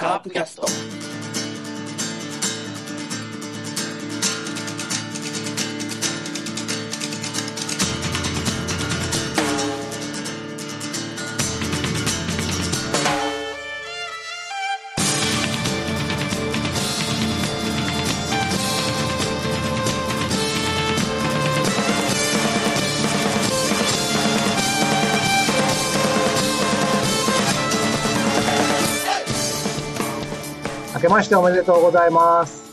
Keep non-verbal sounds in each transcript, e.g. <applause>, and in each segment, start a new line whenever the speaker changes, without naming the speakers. カープキャスト
明けましておめでとうございます。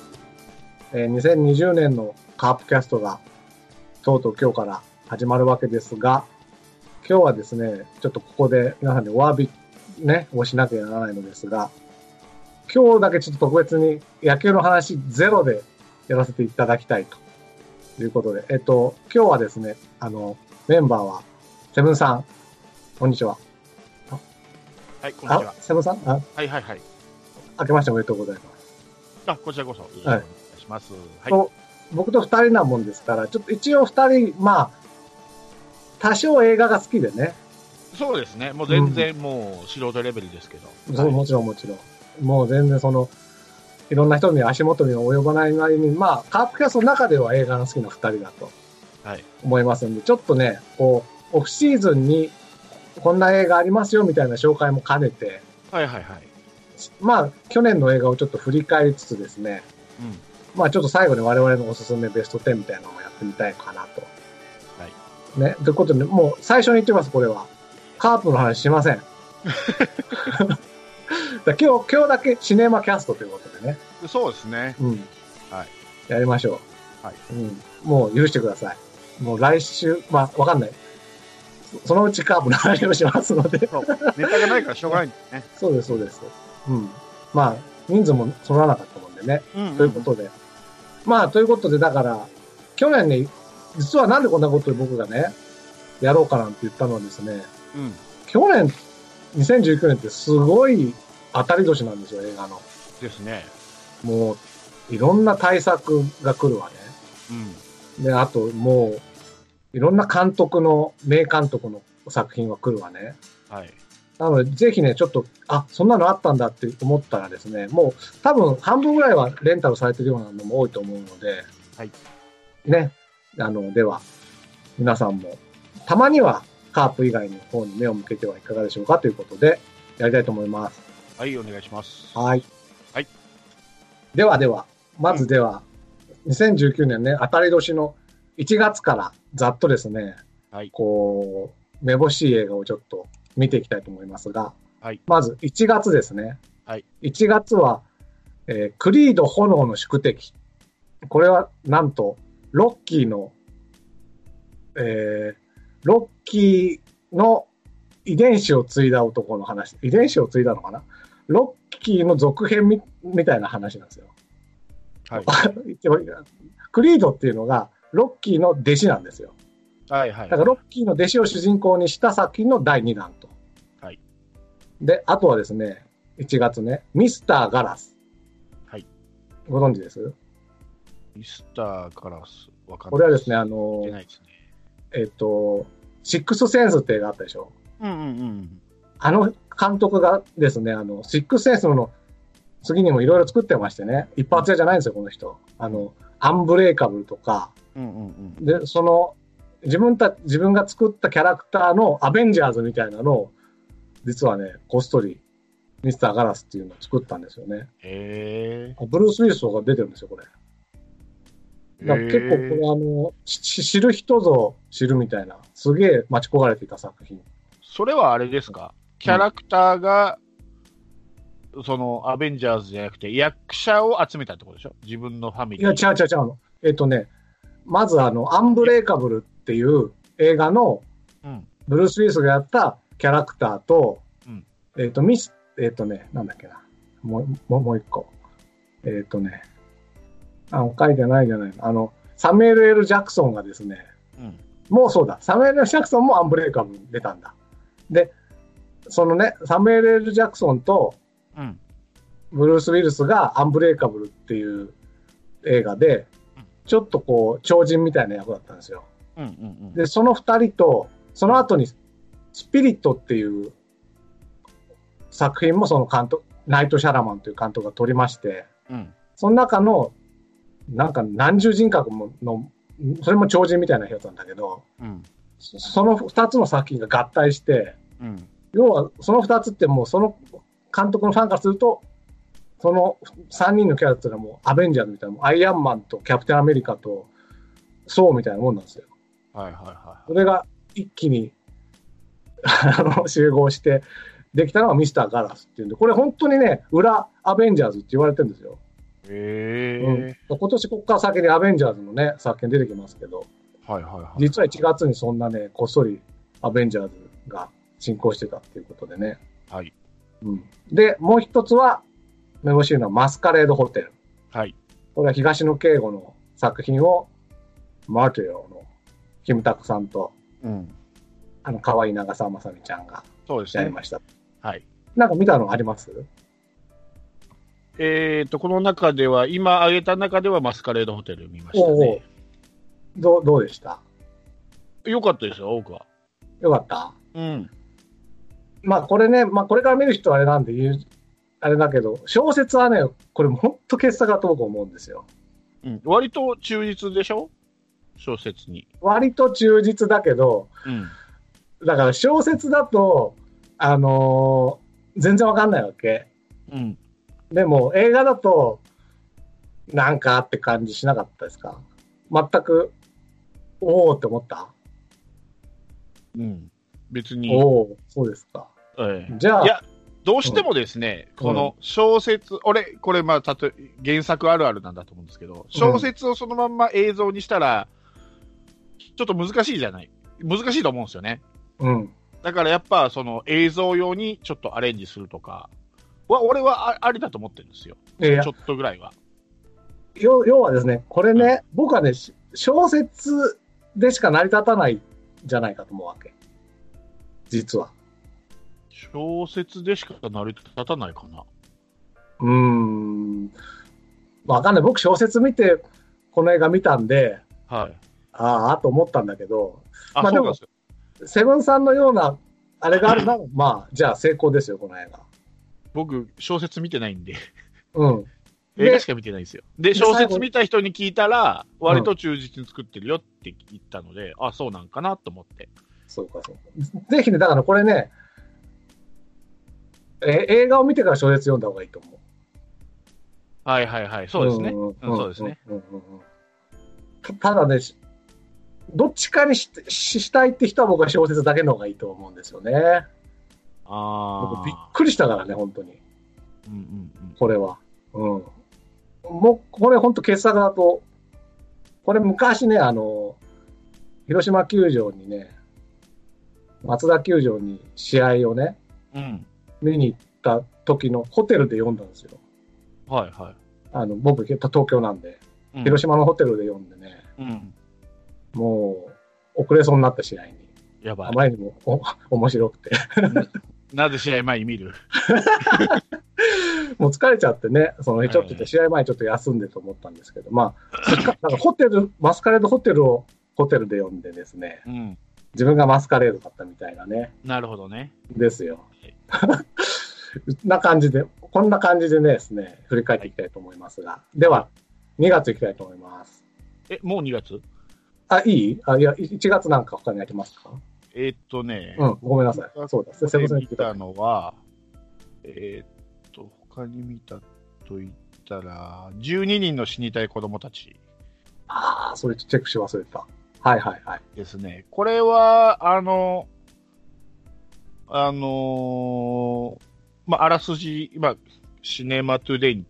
えー2020年のカープキャストが、とうとう今日から始まるわけですが、今日はですね、ちょっとここで皆さんにお詫び、ね、をしなきゃならないのですが、今日だけちょっと特別に野球の話ゼロでやらせていただきたいということで、えっと、今日はですね、あの、メンバーは、セブンさん、こんにちは。
はい、こんにち
あ
は。、
セブンさんあ、
はいはいはい。
明けましておめでとうございます。
あ、こちらこそ、よろしくお
はい
願いします。はい。
そう僕と二人なもんですから、ちょっと一応二人、まあ、多少映画が好きでね、
そうですね。もう全然もう素人レベルですけど。
そう
はい
もちろんもちろん、もう全然その、いろんな人に足元に及ばないなりに、まあ、カープキャストの中では映画が好きな二人だと
はい
思いますんで、ちょっとね、こう、オフシーズンにこんな映画ありますよみたいな紹介も兼ねて、
はいはいはい。
まあ、去年の映画をちょっと振り返りつつですね、
うん。
まあちょっと最後に我々のおすすめベスト10みたいなのもやってみたいかなと。。
はい
ね、ということで、もう最初に言ってます、これは。カープの話しま <laughs> せん。だから今日、今日だけシネマキャストということでね。
でそうですね。
うん。
はい。
やりましょう。
はい。
うん。もう許してください。もう来週、まあわかんない。そそのうちカープの話をしますので。
そう。ネタがないからしょうがないんですね。
そうです、そうです。うん。まあ、人数も揃わなかったもんでね。
うん、うん。
ということで。まあ、ということで、だから、去年ね、実はなんでこんなことを僕がね、やろうかなんて言ったのはですね、
うん。
去年、2019年ってすごい当たり年なんですよ、映画の。
ですね。
もう、いろんな対策が来るわ
うん。
ね。で、あと、もう、いろんな監督の、名監督の作品は来るわね。
はい。
なので、ぜひね、ちょっと、あ、そんなのあったんだって思ったらですね、もう多分半分ぐらいはレンタルされてるようなのも多いと思うので、
はい。
ね、あの、では、皆さんも、たまにはカープ以外の方に目を向けてはいかがでしょうかということで、やりたいと思います。
はい、お願いします。
はい。
はい。
ではでは、まずでは、2019年ね、当たり年の1月からざっとですね、
はい
こう、めぼしい映画をちょっと見ていきたいと思いますが、
はい
まず1月ですね。
はい
1月は、えークリード炎の宿敵。これはなんと、ロッキーの、えーロッキーの遺伝子を継いだ男の話。遺伝子を継いだのかなロッキーの続編みみたいな話なんですよ。 <laughs>
はい。
一応クリードっていうのが、ロッキーの弟子なんですよ。
はいはい。
だからロッキーの弟子を主人公にした作品の第2弾と。
はい
で、あとはですね、1月ね、ミスターガラス。
はい。
ご存知です
ミスターガラス、わかんない。
これはですね、あ
見
の
て、ないですね。
えっと、シックスセンスって映画あったでしょ
うんうんうん。
あの監督がですね、あの、シックスセンスの次にもいろいろ作ってましてね、一発屋じゃないんですよ、この人。あの、アンブレイカブルとか、
うんうんうん。
で、その、自分た、自分が作ったキャラクターのアベンジャーズみたいなのを、実はね、こっそり、ミスターガラスっていうのを作ったんですよね。
へ
ブルース・ウィルスとか出てるんですよ、これ。
え。
だから結構これ、
へー
あの、し知る人ぞ知るみたいな、すげえ待ち焦がれていた作品。
それはあれですかキャラクターが、その、アベンジャーズじゃなくて、役者を集めたってことでしょ自分のファミ
い
リー。
や、違う違う違うの。えっ、とね、まずあの、アンブレイカブルっていう映画の、
うん。
ブルース・ウィルスがやったキャラクターと、
うん
えっ、と、ミス、えっ、とね、なんだっけな。もう、もうもう一個。えっ、とね、あ、書いてないじゃないの。あの、サミュエル・ L ・ジャクソンがですね、
うん。
もうそうだ、サミュエル・ L ジャクソンもアンブレイカブルに出たんだ。で、そのね、サミュエル・ L ジャクソンと
うん。
ブルース・ウィルスがアンブレイカブルっていう映画で
うん、
ちょっとこう、超人みたいな役だったんですよ。
うん。うん。
で、その二人と、その後に、スピリットっていう作品もその監督、ナイト・シャラマンという監督が撮りまして、
うん。
その中の、なんか何十人格もの、それも超人みたいなやつなんだけど、
うん。
そその2つの作品が合体して、
うん。
要はその2つってもうその監督のファンからするとその3人のキャラっていうのはもうアベンジャーズみたいなアイアンマンとキャプテンアメリカとソーみたいなもんなんですよ。
はいはいは
それが一気にあの集合してできたのがミスターガラスっていうんでこれ本当にね裏アベンジャーズって言われてるんですよ。
い。へえ
今年ここから先にアベンジャーズのね作品出てきますけど
はいはいはい。
実は1月にそんなねこっそりアベンジャーズが進行してたっていうことでね。
はい。
うんで、もう一つは、めぼしいのはマスカレードホテル。
はい。
これは東野圭吾の作品を、マーティオのキムタクさんと、
うん。
あの、可愛い長澤まさみちゃんが
そうです
やり
ね。
ました。
はい。
なんか見たのあります
えっ、と、この中では、今挙げた中ではマスカレードホテル見ました
おうおう
ね。
どう、どうでした
よかったですよ、多くは。
よかった
うん。
まあ、これね、まあ、これから見る人はあれなんで言う、あれだけど、小説はね、これも本当傑作だと僕思うんですよ。
うん、割と忠実でしょ小説に。
割と忠実だけど、
うん。
だから小説だと、あのー全然わかんないわけ。
うん。
でも映画だと、なんかって感じしなかったですか全く、おおって思った、
うん。別
お
に。
おそうですか。
ええ
じゃあ、
いやどうしてもですね、この小説、俺、これ、まあ、たとえ原作あるあるなんだと思うんですけど、小説をそのまんま映像にしたら、ちょっと難しいじゃない。難しいと思うんですよね。
うん。
だからやっぱ、その映像用にちょっとアレンジするとかは、俺はあありだと思ってるんですよ。
いやいや
ちょっとぐらいは。
要要はですね、これね、僕はね、し小説でしか成り立たないんじゃないかと思うわけ。実は。
小説でしか成り立たないかな。
うーん。わかんない。僕小説見て、この映画見たんで、
はい。
ああ、と思ったんだけど、
あ、
まあ
そ
で
うなん
も
ですよ。
セブンさんのような、あれがある
<laughs>
なら、まあ、じゃあ成功ですよ、この映画。
僕、小説見てないんで。
うん。
映画
で
し、か見てないんですよ。で、
で
小
最後
説見た人に聞いたら、割と忠実に作ってるよって言ったので、あ、そうなんかなと思って。
そうか、そうか。ぜひね、だからこれね、え映画を見てから小説読んだ方がいいと思う。
はいはいはい、そうですね。
んん
うんそうですね。
うんうんうんたただね、しどっちかにしししたいって人は僕は小説だけの方がいいと思うんですよね。
あ
僕びっ
あ。
くりしたからね、本当に。
うんうん
これは。うん。もう、これ本当傑作だと、これ昔ね、あの、広島球場にね、松田球場に試合をね、
うん。うん。
見に行った時のホテルで読んだんですよ。
はいは
あの、僕、東京なんで、
い。うん
広島のホテルで読んでね、
うん。
もう、遅れそうになった試合に。
やば
あ
い。
まりにもお面白くて。
なぜ試合前に見る
もう疲れちゃってね、その
い
ちょっと試合前ちょっと休んでと思ったんですけど、まあ、せっかなんかホテル、マスカレードホテルをホテルで呼んでですね、
うん。
自分がマスカレードだったみたいなね、
なるほどね。
ですよ。な感じで、こんな感じでねですね、振り返っていきたいと思いますが、では、2月いきたいと思います。
え、もう2月
あ、いいあ、いや、1月なんか他にありますか
えーっとね、
うん、ごめんなさい。そうですね、セブン
で
さん
見
言ってた
たのは、えーっと、他に見たと言ったら、12人の死にたい子供たち。
ああ、それチェックし忘れてた。はいはいはい。
ですね。これは、あの、あのーまあ、あらすじ、今、シネマトゥデイっ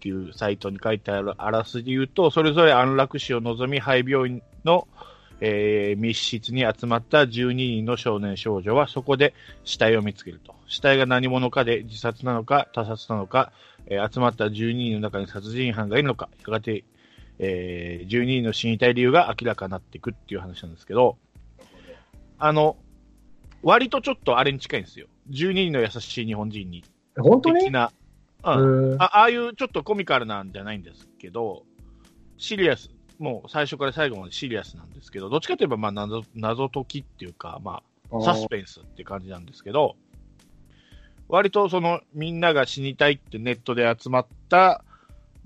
ていうサイトに書いてあるあらすじ言うと、それぞれ安楽死を望み、廃病院の、えー密室に集まった12人の少年少女は、そこで死体を見つけると。死体が何者かで自殺なのか、他殺なのか、えー集まった12人の中に殺人犯がいるのか、やがてえー12人の死にたい理由が明らかになっていくっていう話なんですけど、あの、割とちょっとあれに近いんですよ。12人の優しい日本人に。
本当
的
に
な。う。
うんーん
あああいうちょっとコミカルなんじゃないんですけど、シリアス、もう最初から最後までシリアスなんですけど、どっちかといえばまあ謎謎解きっていうか、まあ、サスペンスっていう感じなんですけど、割とそのみんなが死にたいってネットで集まった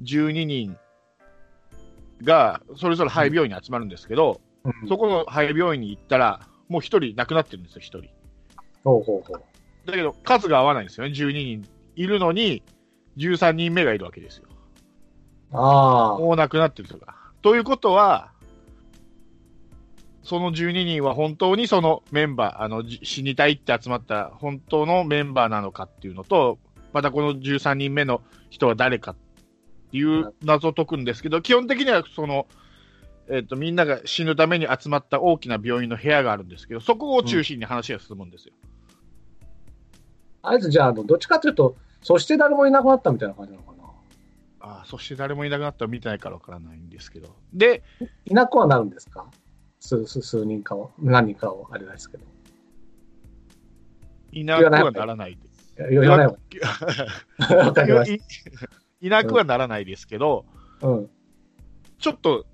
12人がそれぞれ廃病院に集まるんですけど、
うん
そこの廃病院に行ったら、もう1人亡くなってるんですよ、1人。
ほうほうほう。
だけど、数が合わないんですよね、12人いるのに、13人目がいるわけですよ。
ああ、
もう亡くなってる人が。ということは、その12人は本当にそのメンバー、あのじ死にたいって集まった本当のメンバーなのかっていうのと、またこの13人目の人は誰かっていう謎を解くんですけど、基本的にはその、えっとみんなが死ぬために集まった大きな病院の部屋があるんですけど、そこを中心に話が進むんですよ。
あいつじゃあ、あのどっちかというと、そして誰もいなくなったみたいな感じなのかな。
ああそして誰もいなくなったら見てないからわからないんですけど。で、
いなくはなるんですか数数数人かは、何人かはあれですけど。
いなくはならないです。
いや言わないわ。 <laughs> わかりまし
いい <laughs> なくはならないですけど、
た。うん。
ちょっと、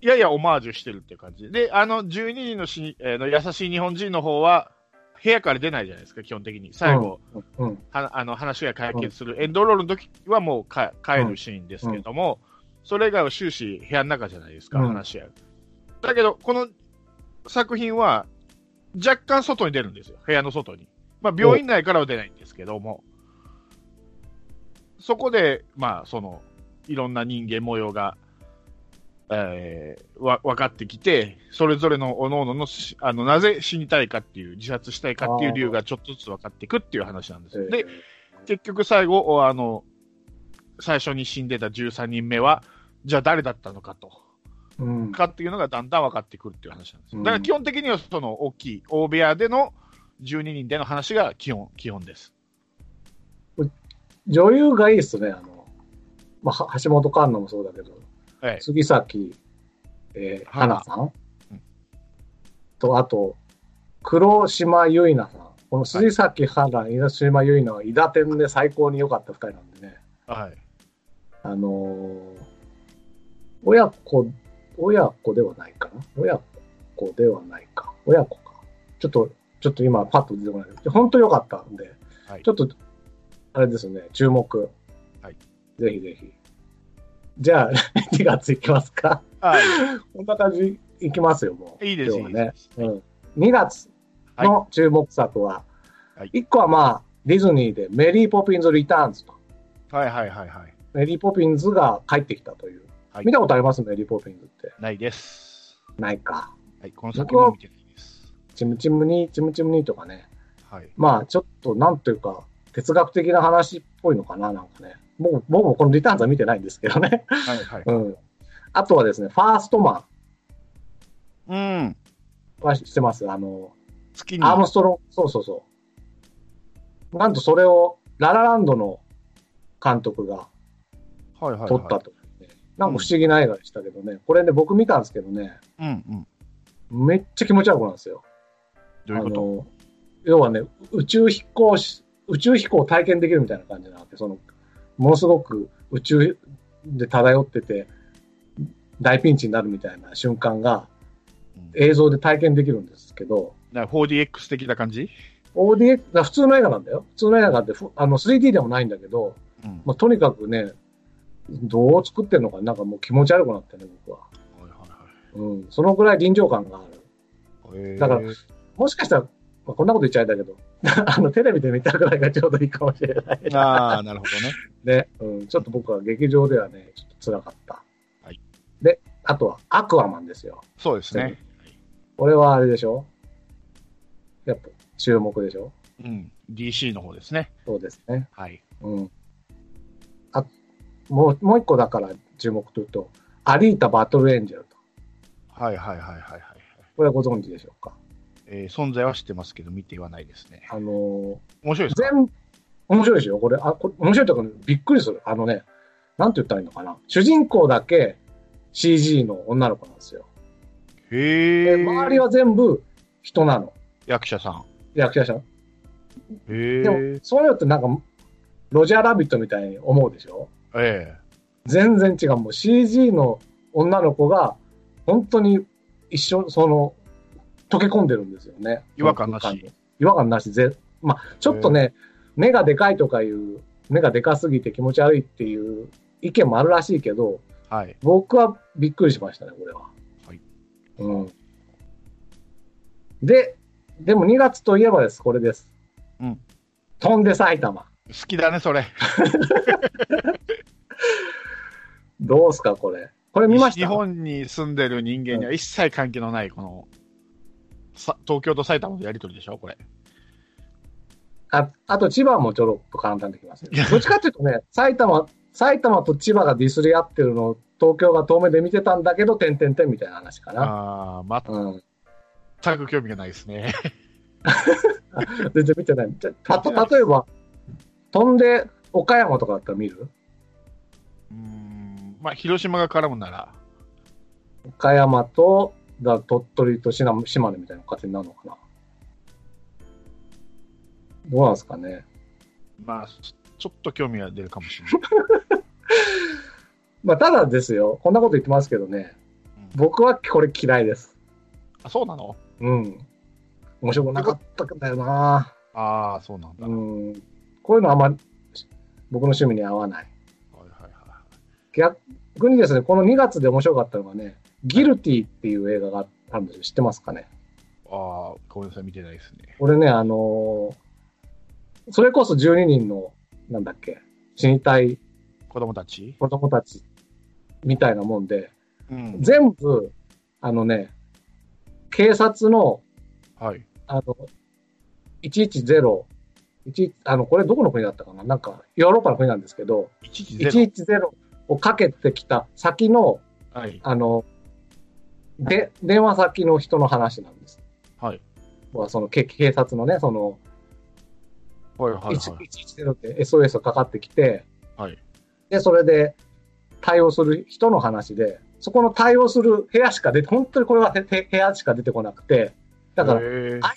ややオマージュしてるっていう感じで、あの、12人のし、えーの優しい日本人の方は、部屋から出ないじゃないですか、基本的に。最後、
うん。
はあの話が解決する、エンドロールの時はもうか帰るシーンですけども、それ以外は終始部屋の中じゃないですか、
うん
話し合う。だけど、この作品は、若干外に出るんですよ、部屋の外に。まあ、病院内からは出ないんですけども、そこで、まあ、その、いろんな人間模様が、えーわ分かってきて、それぞれの各々のしあのなぜ死にたいかっていう、自殺したいかっていう理由がちょっとずつ分かっていくっていう話なんですよ。で、結局最後、あの、最初に死んでた13人目は、じゃあ誰だったのかと、
うん。
かっていうのがだんだん分かってくるっていう話なんです
う
よ。
ん
だから基本的にはその大きい、大部屋での12人での話が基本、基本です。
女優がいいですね、あの、まあ、は橋本環奈もそうだけど、
はい。
杉咲、えー、
花
花さん
うん
と、あと、黒島結菜さん。この杉咲花、井田島結菜は、伊田店で最高に良かった二人なんでね。
はい。
あのー親子、親子ではないかな親子ではないか。親子か。ちょっと、ちょっと今パッと出てこないけど、本当良かったんで、
はい
ちょっと、あれですね、注目。
はい
ぜひぜひ。じゃあ、2月 <laughs> いきますか。
は
こんな感じいきますよ、もう。
い。いいです、い
今
い
日はね
です。
うん、2月の注目作は、
はい
1個はまあ、ディズニーでメリー・ポピンズ・リターンズと。
はいはいはいはい。
メリー・ポピンズが帰ってきたという。
はい
見たことありますメリー・ポピンズって。
ないです。
ないか。
はい。この先も見てないです。
ちむちむに、ちむちむにとかね。
はい。
まあ、ちょっと、なんというか、哲学的な話っぽいのかな、なんかね。僕僕もこのリターンズは見てないんですけど
<laughs>
ね。
はいはい。
うん。あとはですね、ファーストマ
うん。
ンはしてます。あの、
月に。
アームストロング、そうそうそう。なんとそれを、ララランドの監督が
はいはいはい。
撮ったというね、なんか不思議な映画でしたけどね。これね、僕見たんですけどね、
うんうん。
めっちゃ気持ち悪くなるんですよ。
どういうこ
あ
と
の要はね、宇宙飛行し、宇宙飛行を体験できるみたいな感じなわけ。その、ものすごく宇宙で漂ってて、大ピンチになるみたいな瞬間が
うん
映像で体験できるんですけど、
な 4DX 的な感じ
ODX、だから普通の映画なんだよ。普通の映画ってふあの 3D でもないんだけど、
うん。
まあ、とにかくね、どう作ってるのかなんかもう気持ち悪くなってね、僕は。
はいは
うん。そのぐらい臨場感がある。
いはい。
だから
えー
もしかしたら、まあ、こんなこと言っちゃいだけど、 <laughs> あの、テレビで見たぐらいがちょうどいいかもしれない。
ああ、なるほどね。
ね、うん、ちょっと僕は劇場ではね、ちょっと辛かった。
はい。
で、あとはアクアマンですよ。
そうで
<laughs>
すね。
これはあれでしょやっぱ注目でしょ
うん。DC の方ですね。
そうですね。
はい。
うん。あ、もう、もう一個だから注目というと、アリータバトルエンジェルと。
はいはいはいはいはい。
これはご存知でしょうか
えー存在は知ってますけど、見てはないですね。
あの
面白い
ー
ですか
全、面白いですよ。これ、あ、これ面白いというかびっくりする。あのね、なんて言ったらいいのかな。主人公だけ CG の女の子なんですよ。
へ
で
え。
周りは全部人なの。
役者さん。
役者さん。
へ
で
え
も。、そういうのってなんか、ロジャーラビットみたいに思うでしょ
え
全然違う。もう CG の女の子が、本当に一緒、その、溶け込んでるんですよね。
違和感なし
その空間に。違和感なし、ぜ、まあ、ちょっとね、根がでかいとかいう、根がでかすぎて気持ち悪いっていう意見もあるらしいけど、
はい。
僕はびっくりしましたね、これは。
はい。
うん。で、でも2月といえばです、これです。
うん。
飛んで埼玉。
好きだね、それ。
どうすか、これ。これ見ました
日本に住んでる人間には一切関係のない、この、さ東京と埼玉のやりとりでしょ、これ。
ああと千葉もちょろっと簡単できますよ。どっちかっていうとね、埼玉、埼玉と千葉がディスり合ってるのを東京が遠目で見てたんだけど、てんてんてんみたいな話かな。
ああ、
うん。
全く興味がないですね。 <laughs>
全然見てない。じゃたと、例えば、飛んで岡山とかだったら見る
うーん、まあ、広島が絡むなら、
岡山と、だ鳥取と島島根みたいな形になるのかな。どうなんですかね。
まあ、ちちょっと興味が出るかもしれない。
まあ、ただですよ、こんなこと言ってますけどね、
うん
僕はこれ嫌いです。
あ、そうなの
うん。面白くなかったんだよな
ああ、そうなんだ。
う
はい
ん、こういうのあんま僕の趣味に合わない。
はいはい。
逆にですね、この2月で面白かったのがね、ギルティっていう映画があるんですよ。知ってますかね
ああ、ごめんなさい、見てないですね。
これね、あのーそれこそ12人の、なんだっけ、死にたい
子供たち
子供たちみたいなもんで、
うん
全部、あのね、警察の、
はい。
あの、110、1あの、これどこの国だったかななんか、ヨーロッパの国なんですけど、
110。
110をかけてきた先の、
はい。
あの、で、電話先の人の話なんです。
はい。
はそのけ警察のね、その、
はいはいはい。
110って SOS がかかってきて、
はい。
で、それで対応する人の話で、そこの対応する部屋しか出て、本当にこれはへへ部屋しか出てこなくて、だから
へー
あ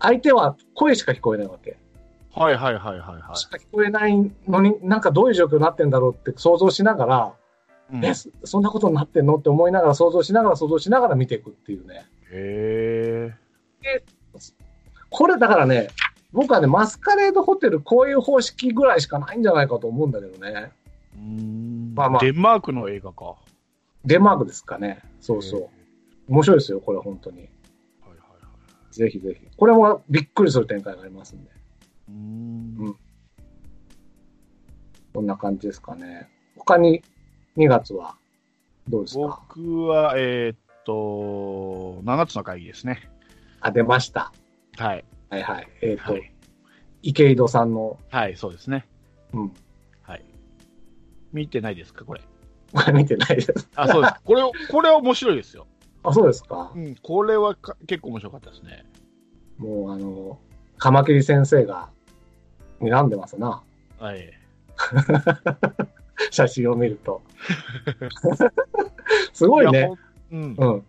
相手は声しか聞こえないわけ。
はいはいはいはいは
しか聞こえないのに、なんかどういう状況になってんだろうって想像しながら、
い。うん
え、そそんなことになってんのって思いながら想像しながら想像しながら見ていくっていうね。
へえ。
これだからね、僕はね、マスカレードホテルこういう方式ぐらいしかないんじゃないかと思うんだけどね。
うーん
まあまあ
デンマークの映画か。
デンマークですかね。そう
へー
そ
は
う。面白いですよ、これは本当に。
いはいはい。
ぜひぜひ。これもびっくりする展開がありますんで。
うー
うん
ん。
こんな感じですかね。他に2月はどうですか
僕は、えーっと、7つの会議ですね。
あ、出ました。
はい。
はいはい。えっ、と、
はい。
池井戸さんの、
はい、そうですね。
うん。
はい。見てないですか、これ。
これ見てないです。 <laughs>
あ、そうです。これ、これは面白いですよ。
あ、そうですか
う。ん、これはか結構面白かったですね。
もうあの、カマキリ先生が睨んでますな。 <laughs>
はい。
写真を見ると。 <laughs> すごい
や。
ね。
ほんうん
う。ん。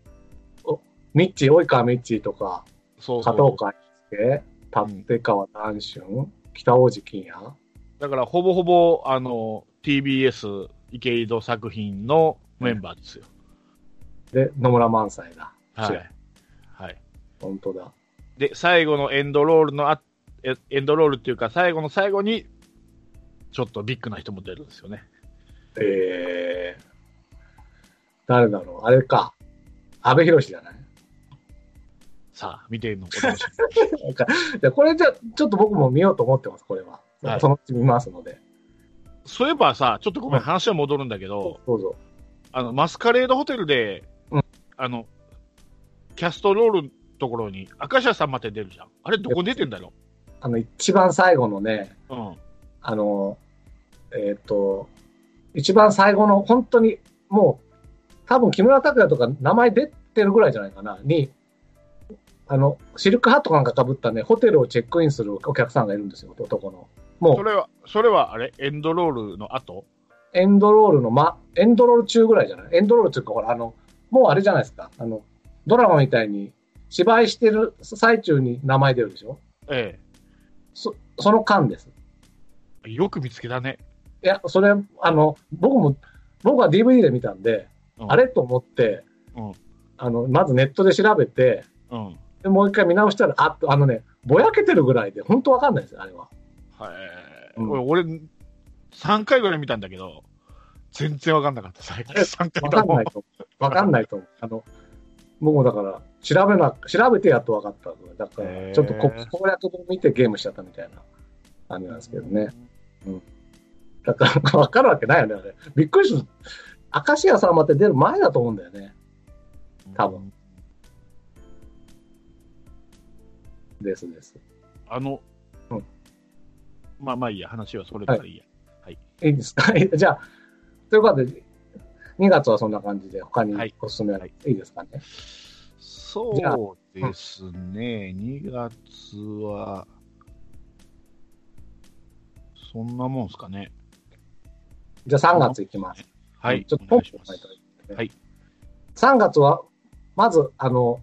おミッチー、及川ミッチーとか、
そうそ
加
う
藤
そ
海介、立川談春、北大路欣也。
う。だから、ほぼほぼ、あの、TBS 池井戸作品のメンバーですよ。
で、野村萬斎だ。
は
違う
い。はい。
本当だ。
で、最後のエンドロールのあ、えエンドロールっていうか、最後の最後に、ちょっとビッグな人も出るんですよね。
えー、誰だろうあれか。安部寛じゃない
さあ、見てるのお楽し
<laughs> なんかじゃあこれじゃあちょっと僕も見ようと思ってます、これは。
はい
そのうち見ますので。
みそういえばさ、ちょっとごめん、話は戻るんだけど、
どうぞ。
あの、マスカレードホテルで、
うん
あの、キャストロールのところに、赤シャさんまで出るじゃん。あれ、どこに出てんだろ
あの、一番最後のね、
ううん。
あの、えーっ、と、一番最後の、本当に、もう、多分木村拓哉とか名前出てるぐらいじゃないかな、に、あの、シルクハットかなんかかぶったね、ホテルをチェックインするお客さんがいるんですよ、男の。も、
そうれは、それはあれエンドロールの後
エンドロールの、ま、エンドロール中ぐらいじゃないエンドロールっていうか、ほら、あの、もうあれじゃないですか、あの、ドラマみたいに、芝居してる最中に名前出るでしょ
え
そ、その間です。
え。よく見つけたね。
いや、それ、あの、僕も、僕は DVD で見たんで、
うん
あれと思って、
うん
あの、まずネットで調べて、
うん。
でもう一回見直したら、あっと、あのね、ぼやけてるぐらいで、本当わかんないですよ、あれは。
はい、
うん
俺、3回ぐらい見たんだけど、全然わかんなかった、最
あれ
近。三回
わか
と
んな
も
い。と思う。わかんないと思う。あの、僕もだから、調べな、調べてやっとわかったのでだか
へ
ら、
ー
ちょっとこ攻略本見てゲームしちゃったみたいな感じなんですけどね。だから、わかるわけないよね、あれ。びっくりする。明石家さんまって出る前だと思うんだよね。多分ですです。
あの、
うん
まあまあいいや、話はそれたらいいや。
いいですか <laughs> じゃあ、ということで、2月はそんな感じで、他に
はい
おすすめは、
はい
い、いですかね。
そうですね、2月は、そんなもんすかね。
じゃあ3月いきます。
はい、
ちょっとポ
お
ン
願い
プ
し
押
ま
さ
す
えておいて、ね。
はい。
3月は、まず、あの、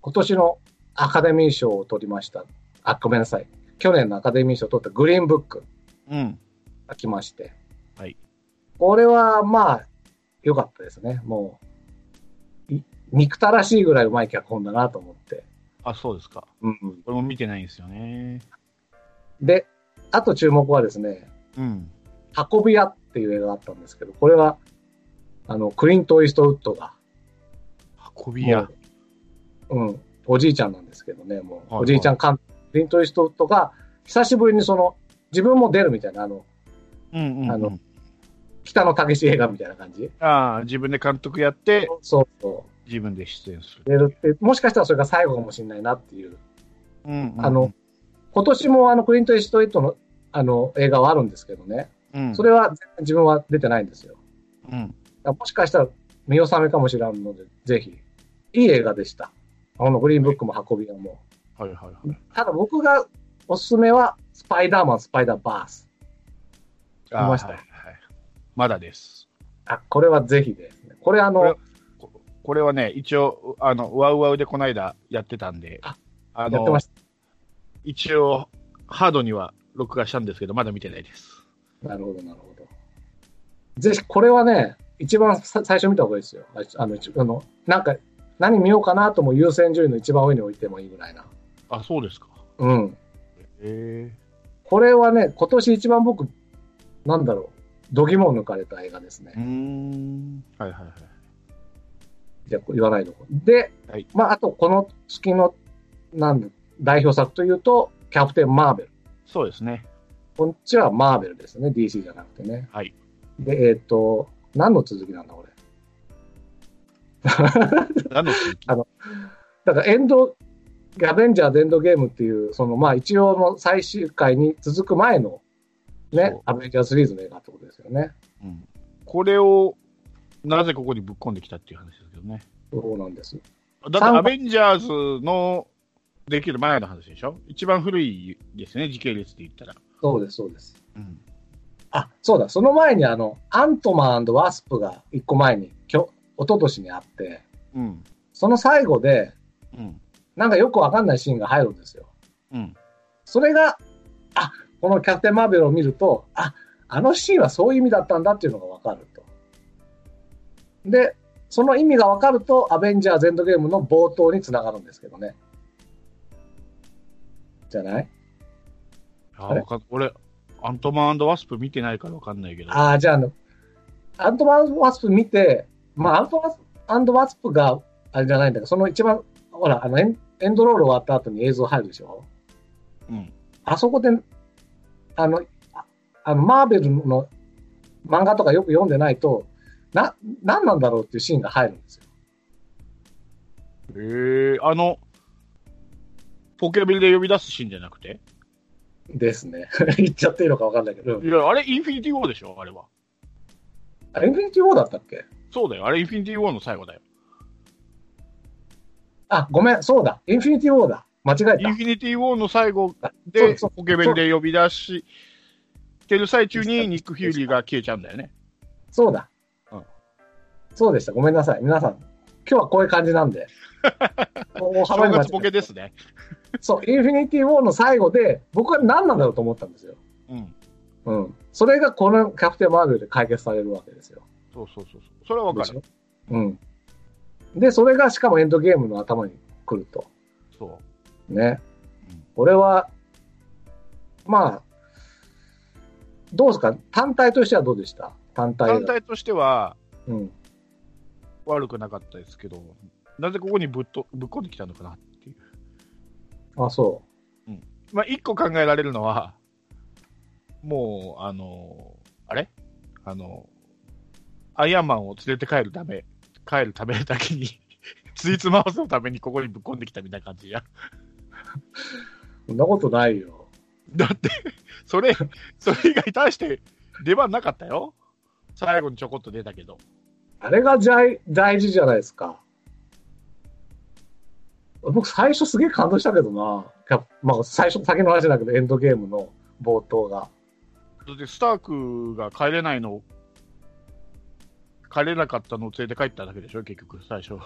今年のアカデミー賞を取りました。あ、ごめんなさい。去年のアカデミー賞を取ったグリーンブック
うん。
が来まして。
はい。
これは、まあ、良かったですね。もう、い憎たらしいぐらいうまい脚本だなと思って。
あ、そうですか。
うんうん。
これも見てないんですよね。
で、あと注目はですね、
うん。
運び屋っていう映画があったんですけど、これは、あの、クリント・イーストウッドが、
運び屋。
もううん、おじいちゃんなんですけどね、もう、
はいはい
おじいちゃん監督、クリント・イーストウッドが、久しぶりにその、自分も出るみたいな、あの、
うんうん、
あ
う
の
ん。
北野武映画みたいな感じ。
ああ、自分で監督やって、
そうそ
自分で出演す
う。
る。
出るって、もしかしたらそれが最後かもしれないなっていう。
うん、うん。
あの、、今年もあの、クリント・イーストウッドの、あの、映画はあるんですけどね、
うん、
それは全然自分は出てないんですよ。
う
だ
ん。
からもしかしたら見納めかもしれんので、ぜひ。いい映画でした。あの、グリーンブックも運び屋も。
はいはいはい。
ただ僕がおすすめは、スパイダーマン、スパイダーバース。見ました
あーはいはいまだです。
あ、これはぜひですね。これあ
これ
の、
ここれはね、一応、あの、ワウワウでこの間やってたんで、
あ
あ
やってまし
一応、ハードには録画したんですけど、まだ見てないです。
た。なるほど、なるほど。ぜひ、これはね、一番さ最初見た方がいいですよ。ああの、一あのなんか、何見ようかなとも優先順位の一番上に置いてもいいぐらいな。
あ、そうですか。
うん。
え
これはね、今年一番僕、なんだろう、度肝を抜かれた映画ですね。
うーん。はいはいはい。
じゃあ言わないの。で、
はい
まあ、あとこの月のなんだ代表作というと、キャプテン・マーベル。
そうですね。
こっちはマーベルですね、DC じゃなくてね。
はい。
で、えっ、と、何の続きなんだ、これ。
あの続き
あだから、エンド、アベンジャーズ・エンドゲームっていう、その、まあ、一応の最終回に続く前の、ね
そう、
アベンジャーズシリーズの映画ってことですよね。
うんこれを、なぜここにぶっ込んできたっていう話ですけどね。
そうなんです。
だって
三
アベンジャーズのできる前の話でしょ一番古いですね、時系列で言ったら。
そうです、そうです。
うん。
あ、そうだ、その前にあの、アントマンワースプが一個前に、きょ一昨年にあって、
うん。
その最後で、
うん。
なんかよくわかんないシーンが入るんですよ。
うん。
それが、あ、このキャプテン・マーベルを見ると、あ、あのシーンはそういう意味だったんだっていうのがわかると。で、その意味がわかると、アベンジャーズ・エンドゲームの冒頭につながるんですけどね。じゃない
あ
あれ
わかん俺、アントマンワスプ見てないからわかんないけど。
ああ、じゃああの、アントマン・ワスプ見て、まあ、アントマン・ワスプがあれじゃないんだけど、その一番、ほら、あのエン、エンドロール終わった後に映像入るでしょ
うん。
あそこで、あの、ああのマーベルの漫画とかよく読んでないと、な、何なんだろうっていうシーンが入るんですよ。
ええあの、ポケビルで呼び出すシーンじゃなくて
ですね。 <laughs> 言っちゃっていいのか分かんないけど。
いや、あれ、インフィニティ・ウォーでしょあれは。
あれインフィニティ・ウォーだったっけ
そうだよ。あれ、インフィニティ・ウォーの最後だよ。
あ、ごめん、そうだ。インフィニティ・ウォーだ。間違え
イン
た。
フィニティ・ウォーの最後
そう
で、
そう
ポケベルで呼び出してる最中に、ニック・フューリーが消えちゃうんだよね。
そうだ
うん。
そうでした。ごめんなさい。皆さん、今日はこういう感じなん
<laughs>
で。大
正
間違え
月
た
ポケですね。
そう、インフィニティ・ウォーの最後で、僕は何なんだろうと思ったんですよ。
うん。
うん。それがこのキャプテン・マーベルで解決されるわけですよ。
そうそうそうそう。それはわかる。
うん。で、それがしかもエンドゲームの頭に来ると。
そ
ね
うん。
これは、まあ、どうですか単体としてはどうでした単
う。
体
単
が。
体としては
うん。
悪くなかったですけど、なぜここにぶっとぶっこんできたのかなっていう。
あ、そ
まあ、一個考えられるのは、もう、あの、あれあの、アイアンマンを連れて帰るため、帰るためだけに、 <laughs> ついつまわすのためにここにぶっこんできたみたいな感じや。
う。そんなことないよ。
だって、それ、それ以外大して出番なかったよ。最後にちょこっと出たけど。
あれがじゃい大事じゃないですか。僕、最初すげえ感動したけどな。キャプまあ、最初、先の話だけど、エンドゲームの冒頭が。
だって、スタークが帰れないのを、帰れなかったのを連れて帰っただけでしょ、結局、最初。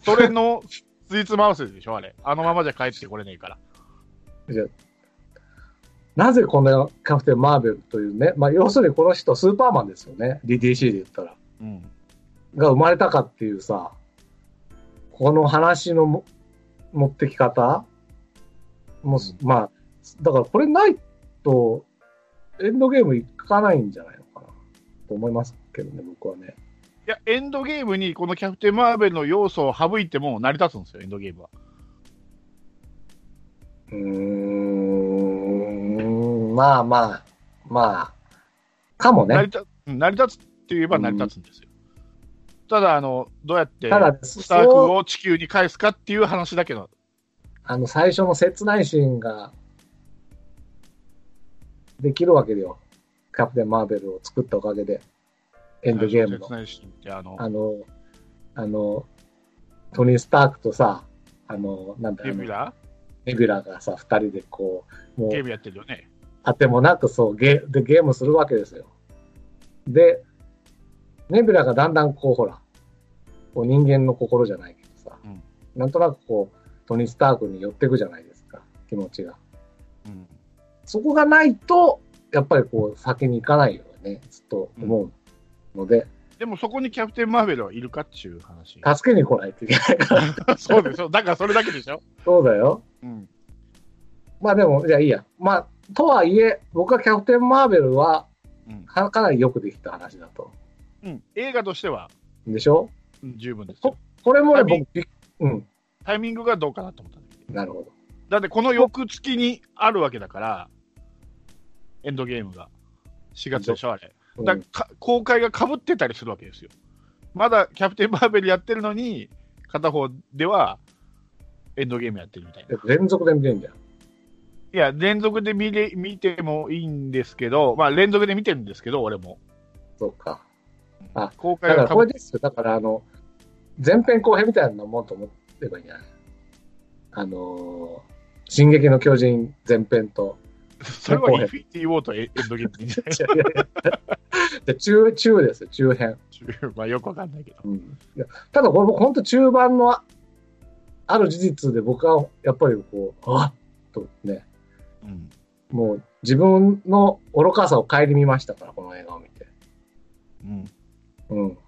それの、ついつまわせでしょ、あれ。あのままじゃ帰ってこれねえから。
なぜこんなキャプテン・マーベルというね、まあ、要するにこの人、スーパーマンですよね。DDC で言ったら。
うん。
が生まれたかっていうさ、この話のも持ってき方もうす、
う
まあ、だからこれないと、エンドゲームいかないんじゃないのかなと思いますけどね、僕はね。
いや、エンドゲームにこのキャプテン・マーベルの要素を省いても成り立つんですよ、エンドゲームは。
うーん、まあまあ、まあ、かも
成り
ね。
立うん成り立つって言えば成り立つんですよ。ただ、あの、どうやって、
ただ、
スターク
そう、
を地球に返すかっていう話だけど、
あの、最初の切ないシーンが、できるわけだよ。キャプテン・マーベルを作ったおかげで、エンドゲームの
切。ないシーンってあの、
あの、あの、トニー・スタークとさ、あの、なんだ
ゲ
ろ
ー
う
ム、ラ
レギュラーがさ、二人でこう、も
ーゲー
う、
ムやってるよね。
あてもなくそう、ゲでゲームするわけですよ。で、ネビュラがだんだんこう、ほら、こう人間の心じゃないけどさ、
うん
なんとなくこう、トニー・スタークに寄ってくじゃないですか、気持ちが。
うん。
そこがないと、やっぱりこう、先に行かないよね、ずっと思うので、
でもそこにキャプテン・マーベルはいるかっていう
<laughs>
話。
助けに来ないといけないから。
そうでしょ。だからそれだけでしょ。
そうだよ。
うん。
まあでも、じゃあいいや。まあ、とはいえ、僕はキャプテン・マーベルは
うん
かかなりよくできた話だと。
うん、映画としては
でしょ
うん十分ですよ。
これも
はい
ね、僕びっ、うん、
タイミングがどうかなと思ったんだけど。
なるほど。
だってこの翌月にあるわけだから、エンドゲームが。4月でしょ、あれ。
うん
だからか公開がかぶってたりするわけですよ。まだキャプテン・ <laughs> マーベルやってるのに、片方ではエンドゲームやってるみたいな。い
連続で見れるじゃん。
や、連続で見れ見てもいいんですけど、まあ連続で見てるんですけど、俺も。
そうか。あ
公
だか
開が
ら
か
こ
ぶっ
れですよ。だから、あの、前編後編みたいなもんと思ってればいいんじゃないあのー、進撃の巨人前編と、
それはインフィニティ・ウォーとエンドゲームみたい
いやいやいやで中、中ですよ、中編。
な。 <laughs> まあよくわかんないけど。
うんいやただこれ僕本当中盤のあある事実で僕はやっぱりこう、あっとね、
うん。
もう自分の愚かさを顧みましたから、この映画を見て。
うん。
うん。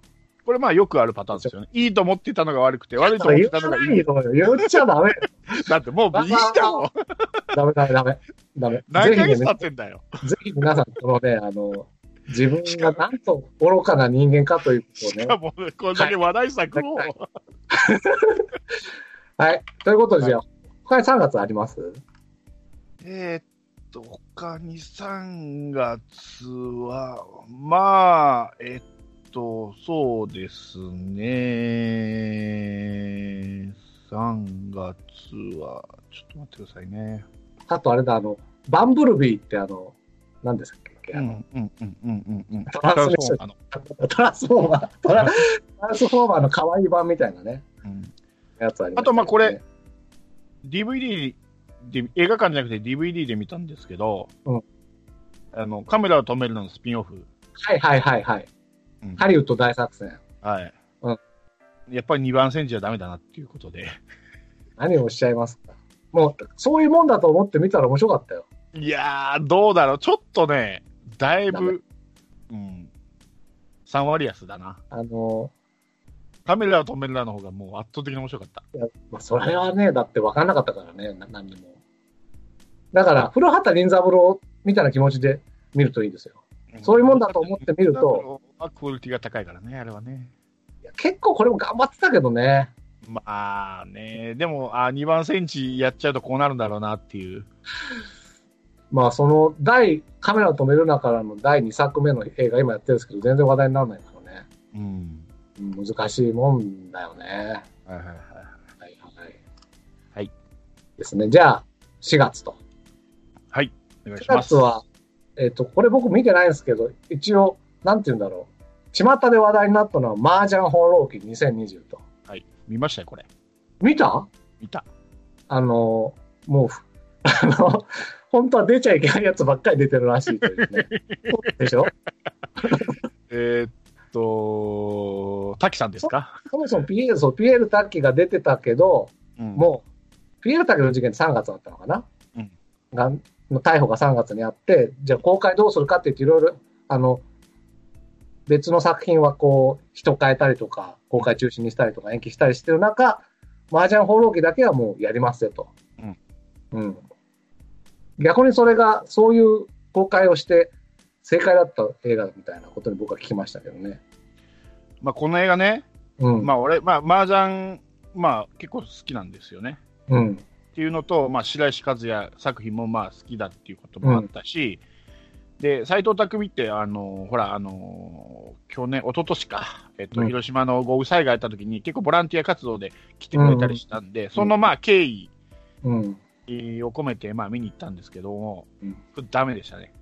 これまあよくあるパターンですよね。いいと思ってたのが悪くて、悪いと思って
言
た
わ
のがい
ない
い。
よ、言っちゃダメ。
だってもういいだろ。
ダメダメダメ。ダメ。
何ヶ
ぜひ
月
ね
経ってんだよ。
ぜひ皆さん、このね、あの、自分がなんと愚かな人間かということを
し
ね。
かも、こんだけ話題作を。
はいはい。ということで、じゃあ、他に3月あります
えーっと、他に3月は、まあ、えっと、そうですね。3月は、ちょっと待ってくださいね。
あとあれだ、あの、バンブルビーってあの、何でしたっけ、あの、
うんうんうんうんうん。
トランスレーション
あの、
トランスフォーマー、トラトランスフォーマーの可愛い版みたいなね、
うん
やつあります、
あとまあこれ。DVD で、映画館じゃなくて DVD で見たんですけど、
うん
あの、カメラを止めるののスピンオフ。
はいはいはいはい。
うん
ハリウッド大作戦。
はい。
うん
やっぱり2番線じゃダメだなっていうこ
<laughs>
とで。
何をおっしゃいますかもう、そういうもんだと思って見たら面白かったよ。
いやー、どうだろう。ちょっとね、だいぶ、うん、3割安だな。
あの、
カメラを止めるなの方がもう圧倒的に面白かった。
いやまあ、それはね、だって分かんなかったからね、な何にも。だから、古畑任三郎みたいな気持ちで見るといいですよ。そういうもんだと思って見ると。
クオリティが高いからね、あれはね。
いや結構これも頑張ってたけどね。
まあね、でも、あ2番センチやっちゃうとこうなるんだろうなっていう。
まあ、その、第、カメラを止めるなからの第2作目の映画今やってるんですけど、全然話題にならないからね。
うん。
うん難しいもんだよね。
はいはいはい。
はいはい。
はい。
ですね。じゃあ、4月と。
お願いし
4
ます。
月は、えっ、と、これ僕見てないんですけど、一応、なんて言うんだろう。巷で話題になったのは、麻雀放浪記2020と。
はい。見ましたよ、これ。
見た
見た。
あの、もう、 <laughs> あの、本当は出ちゃいけないやつばっかり出てるらしいという
<laughs>
ね。そうでしょ
えーっと、滝さんですか
そもそもピエール、そう、ピエール・タッキーが出てたけど、
うん
もう、ピエール・タッキーの事件って3月だったのかな、
うん
がの逮捕が3月にあって、じゃあ公開どうするかって言って、いろいろ、あの、別の作品はこう、人変えたりとか、公開中止にしたりとか延期したりしてる中、麻雀放浪記だけはもうやりますよと。
うん。
うん。逆にそれが、そういう公開をして、正解だった映画みたいなことに僕は聞きましたけどね。
まあ、この映画ね、
うん。
まあ、俺、まあ、麻雀、まあ、結構好きなんですよね。
うん。
っていうのと、まあ、白石和也作品もまあ好きだっていうこともあったし、で斎藤工ってあのほらあの去年一昨年か、えっと
うん
広島の豪雨災害あった時に結構ボランティア活動で来てくれたりしたんで、そのまあ敬意
うん。
を込めてまあ見に行ったんですけども、
うん
ダメでしたね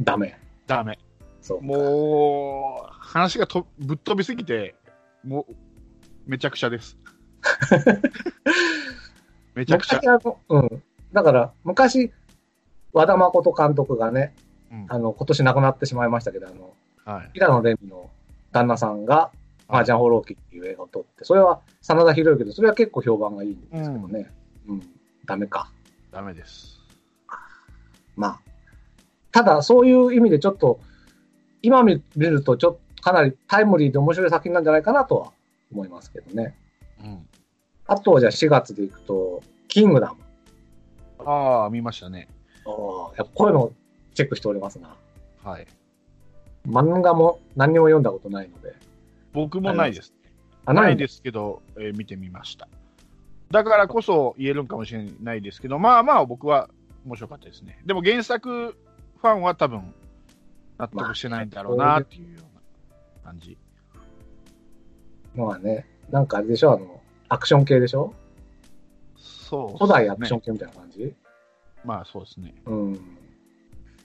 ダメ。
ダメ
そう。
もう話がとぶっ飛びすぎてもうめちゃくちゃです
<laughs>
めちゃくちゃ
昔あの、うん。だから、昔、和田誠監督がね、
うん
あの、今年亡くなってしまいましたけど、あの、
はい
平野レミの旦那さんが、マージャン放浪記っていう映画を撮って、それは、真田広之で、それは結構評判がいいんですけどね。うん、ダメか。
ダメです
まあ。ただ、そういう意味でちょっと、今見ると、ちょっと、かなりタイムリーで面白い作品なんじゃないかなとは思いますけどね。
うん
あと、じゃあ4月でいくと、キングダム。
ああ、見ましたね。
ああ、やっぱこういうのをチェックしておりますな。
はい。
漫画も何にも読んだことないので。
僕もないです。
あ、。
ないですすけど、えー見てみました。だからこそ言えるんかもしれないですけど、まあまあ僕は面白かったですね。でも原作ファンは多分納得してないんだろうなっていうような感じ。
まあね、なんかあれでしょ、あの、アクション系でしょ
そう、
古代アクション
ね。
系みたいな感じ、
まあそうですね。
うん。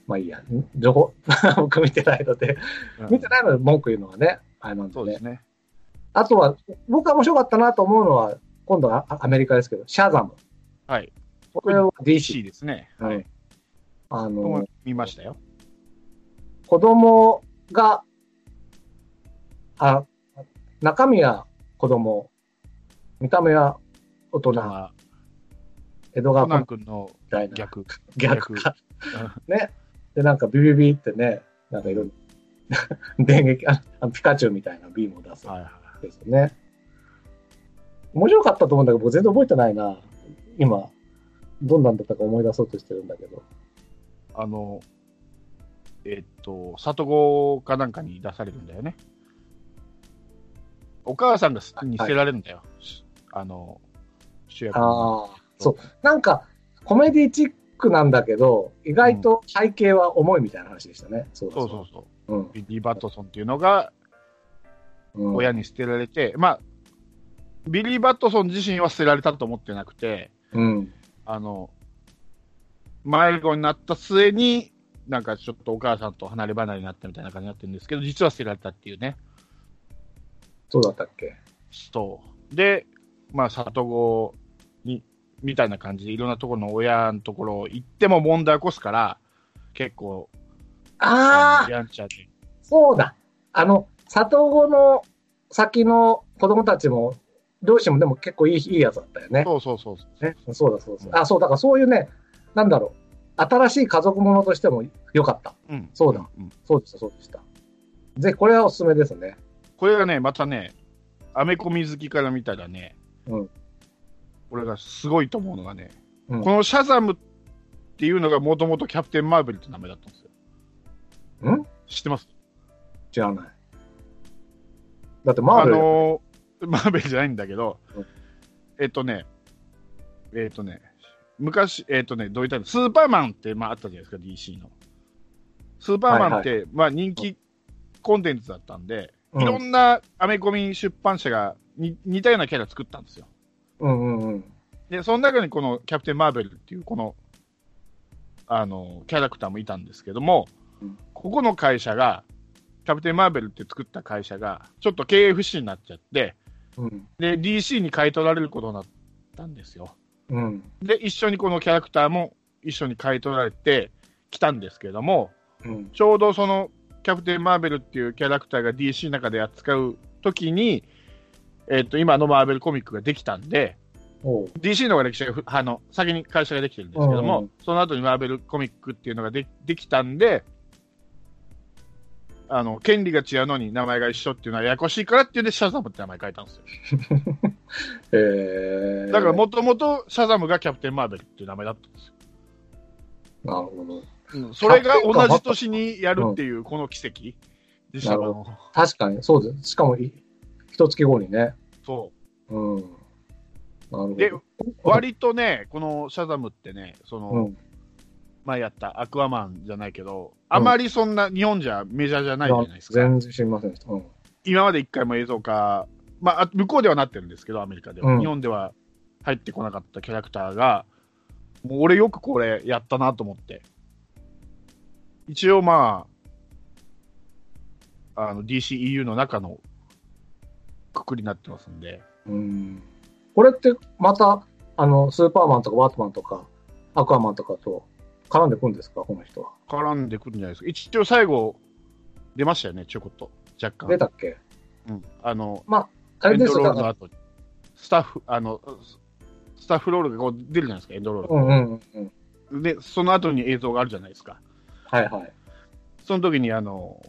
まあいいや、ん情報、 <laughs> 僕見てないので、見てないので文句言うのはね、あれなんで
そう
ね
です。ね。
あとは、僕が面白かったなと思うのは、今度はあアメリカですけど、シャザム。
はい。
これを
DC
DC。
ですね。
うん
はい。
あ
僕
の
も、見ましたよ。
子供が、あ、中身は子供、見た目は大人、
まあ、
江戸
コ
川コ
ナン
み
君の
たいな。
<laughs> 逆。
逆
逆
か。ね。で、なんかビビビってね、なんかいろ <laughs> んな、電撃、ああのピカチュウみたいなビームを出すん
はいはい。
ですよね。面白かったと思うんだけど、僕全然覚えてないな。今、どんなんだったか思い出そうとしてるんだけど。
あの、えっと、里子かなんかに出されるんだよね。お母さんがす
はい
に捨てられるんだよ。しあの、主役の。
ああ、そう。なんか、コメディチックなんだけど、意外と背景は重いみたいな話でしたね。そうだ
そうそうそう。
う。うん。
ビリー・バットソンっていうのが
うん、
親に捨てられて、まあ、ビリー・バットソン自身は捨てられたと思ってなくて、
うん。
あの、迷子になった末に、なんかちょっとお母さんと離れ離れになったみたいな感じになってるんですけど、実は捨てられたっていうね。
そうだったっけ
そう。で、まあ、里子に、みたいな感じで、いろんなところの親のところ行っても問題起こすから、結構、
ああ
やんちゃで。
そうだ。あの、里子の先の子供たちも、両親もでも結構いいいいやつだったよね。
そうそうそうそう。
ねそうだそうだそうう。あ、そう、だからそういうね、なんだろう。新しい家族ものとしても良かった。
うん。
そうだ。
うん。
そうでした、そうでした。ぜひこれはおすすめですね。
これがね、またね、アメコミ好きから見たらね、
うん
俺がすごいと思うのがね、
うん
このシャザムっていうのがもともとキャプテン・マーベルって名前だったんですよ。
ん
知ってます
知らない。だってマーベ
あ
ル、
のーマーベルじゃないんだけど、
うん
えっとね、えっとね、昔、えっとね、どういったのスーパーマンって、まあ、あったじゃないですか、DC の。スーパーマンって、まあ、人気コンテンツだったんで、
うん
いろんなアメコミ出版社がに似たようなキャラ作ったんですよ。
うんうんうん。
で、その中にこのキャプテン・マーベルっていう、この、あの、キャラクターもいたんですけども
うん、
ここの会社が、キャプテン・マーベルって作った会社が、ちょっと経営不振になっちゃって、
うん。
で、DC に買い取られることになったんですよ。
うん。
で、一緒にこのキャラクターも一緒に買い取られてきたんですけども、
うん。
ちょうどそのキャプテン・マーベルっていうキャラクターが DC の中で扱う時に、えっ、と、今のマーベルコミックができたんで、
おう。
DC の方が歴史がふ、あの、先に会社ができてるんですけど
う
も
ん、
その後にマーベルコミックっていうのがでできたんで、あの、権利が違うのに名前が一緒っていうのはややこしいからっていうんで、シャザムって名前変えたんですよ。
えー。
だからもともとシャザムがキャプテン・マーベルっていう名前だったんですよ。
なるほど。
それが同じ年にやるっていう、この奇跡でした
なる
の。
確かに、そうです。しかもい、一月後にね。
そ
うん。なるほど。
う。で、割とね、このシャザムってね、その、
うん。
前やったアクアマンじゃないけど、あまりそんな日本じゃメジャーじゃないじゃないですか。
全然知りませんでした。うん。
今まで一回も映像化、まあ、あ向こうではなってるんですけど、アメリカでは。
うん
日本では入ってこなかったキャラクターが、もう俺よくこれやったなと思って。一応まあ、あの DCEU の中のくくりになってますんで、
うんこれってまた、あの、スーパーマンとかバットマンとか、アクアマンとかと絡んでくんですか、この人は。
絡んでくるんじゃないですか。一応最後、出ましたよね、ちょこっと。若
出
干。
たっけ
うん。あの、
あ
エ
れ
ン
で
ド
すよ、
ロー
だ
ルの
か
後に。スタッフ、あの、スタッフロールがこう出るじゃないですか、エンドロール
ら。うんうんうん。
で、その後に映像があるじゃないですか。
はいはい。
その時に、あの、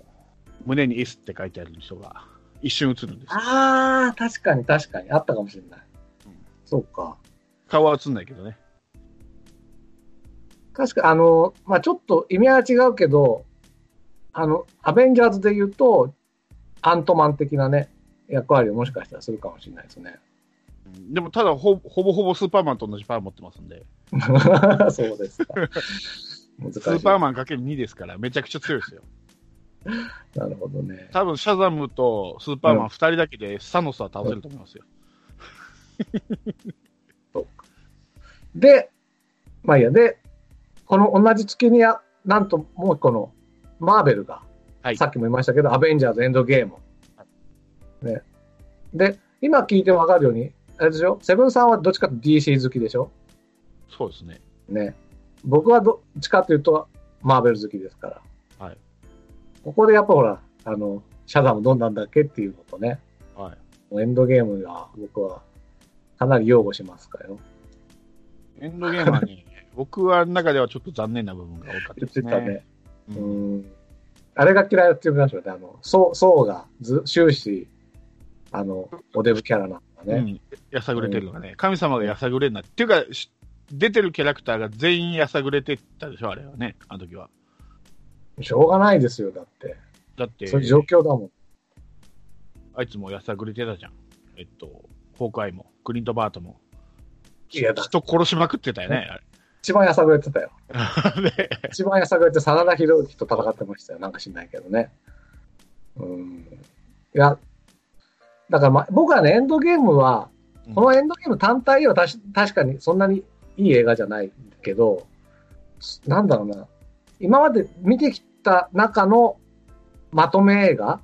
胸に S って書いてある人が一瞬映るんですよ。
ああ、確かに確かに。あったかもしれない。
うん
そうか。
顔は映んないけどね。
確か、あの、まあちょっと意味は違うけど、あの、アベンジャーズで言うと、アントマン的なね、役割をもしかしたらするかもしれないですね。
うんでも、ただほ、ほぼほぼスーパーマンと同じパワー持ってますんで、
<laughs> そうですか。難し
ス
い。
ーパーマン ×2 ですから、めちゃくちゃ強いですよ。
なるほどね。
多分、シャザムとスーパーマン2人だけで、サノスは倒せると思いますよ。
で、まあいいや、で、この同じ月にや、なんともうこの、マーベルが、
はい
さっきも言いましたけど、アベンジャーズエンドゲーム。ね。で、今聞いてわかるように、あれでしょセブンさんはどっちかと DC 好きでしょ
そうですね。
ね。僕はどっちかというと、マーベル好きですから。
はい。
ここでやっぱほら、あの、シャザムどんなんだっけっていうのとね、
はい。
エンドゲームが僕はかなり擁護しますからよ。
エンドゲーマーに、僕は中ではちょっと残念な部分が多かった
言
で
っ
す
て
ね。
たね。
う
うんんあれが嫌いって言いましたよね。あの、そう、そうがず終始、あの、おデブキャラなんだ
う
ね。
ん、やさぐれてるのがね、神様がやさぐれになって、っていうか、し出てるキャラクターが全員やさぐれてたでしょ、あれはね、あの時は。
しょうがないですよ、だって。
だって、
そういう状況だもん。
あいつもやさぐれてたじゃん。えっと、ホークアイも、クリント・バートも。
いやだ
人殺しまくってたよね、
一番やさぐれてたよ。
あれ。 <laughs> ね
一番やさぐれて、真田広之と戦ってましたよ。なんか知んないけどね。うん。いや、だから、ま、僕はね、エンドゲームは、
うん
このエンドゲーム単体はたし確かにそんなにいい映画じゃないけど、すなんだろうな、今まで見てきた中のまとめ映画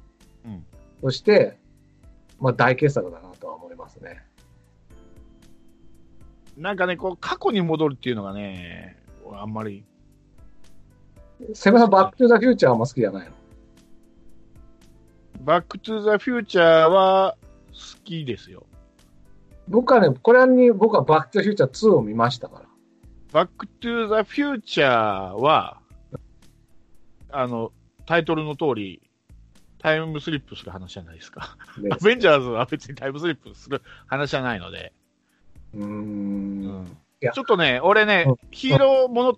うん
として、まあ大傑作だなとは思いますね。
なんかね、こう、過去に戻るっていうのがね、あんまり、
セブンさん、バック・トゥ・ザ・フューチャーはあんま好きじゃないの
バック・トゥ・ザ・フューチャーは好きですよ。
僕はね、これに僕はバック・トゥ・フューチャー2を見ましたから。
バック・トゥ・ザ・フューチャーは、あの、タイトルの通り、タイムスリップする話じゃないですか。
<laughs> で
アベンジャーズは別にタイムスリップする話じゃないので。
うー。
うんん
いや
ちょっとね、俺ね
うん、
ヒーローもの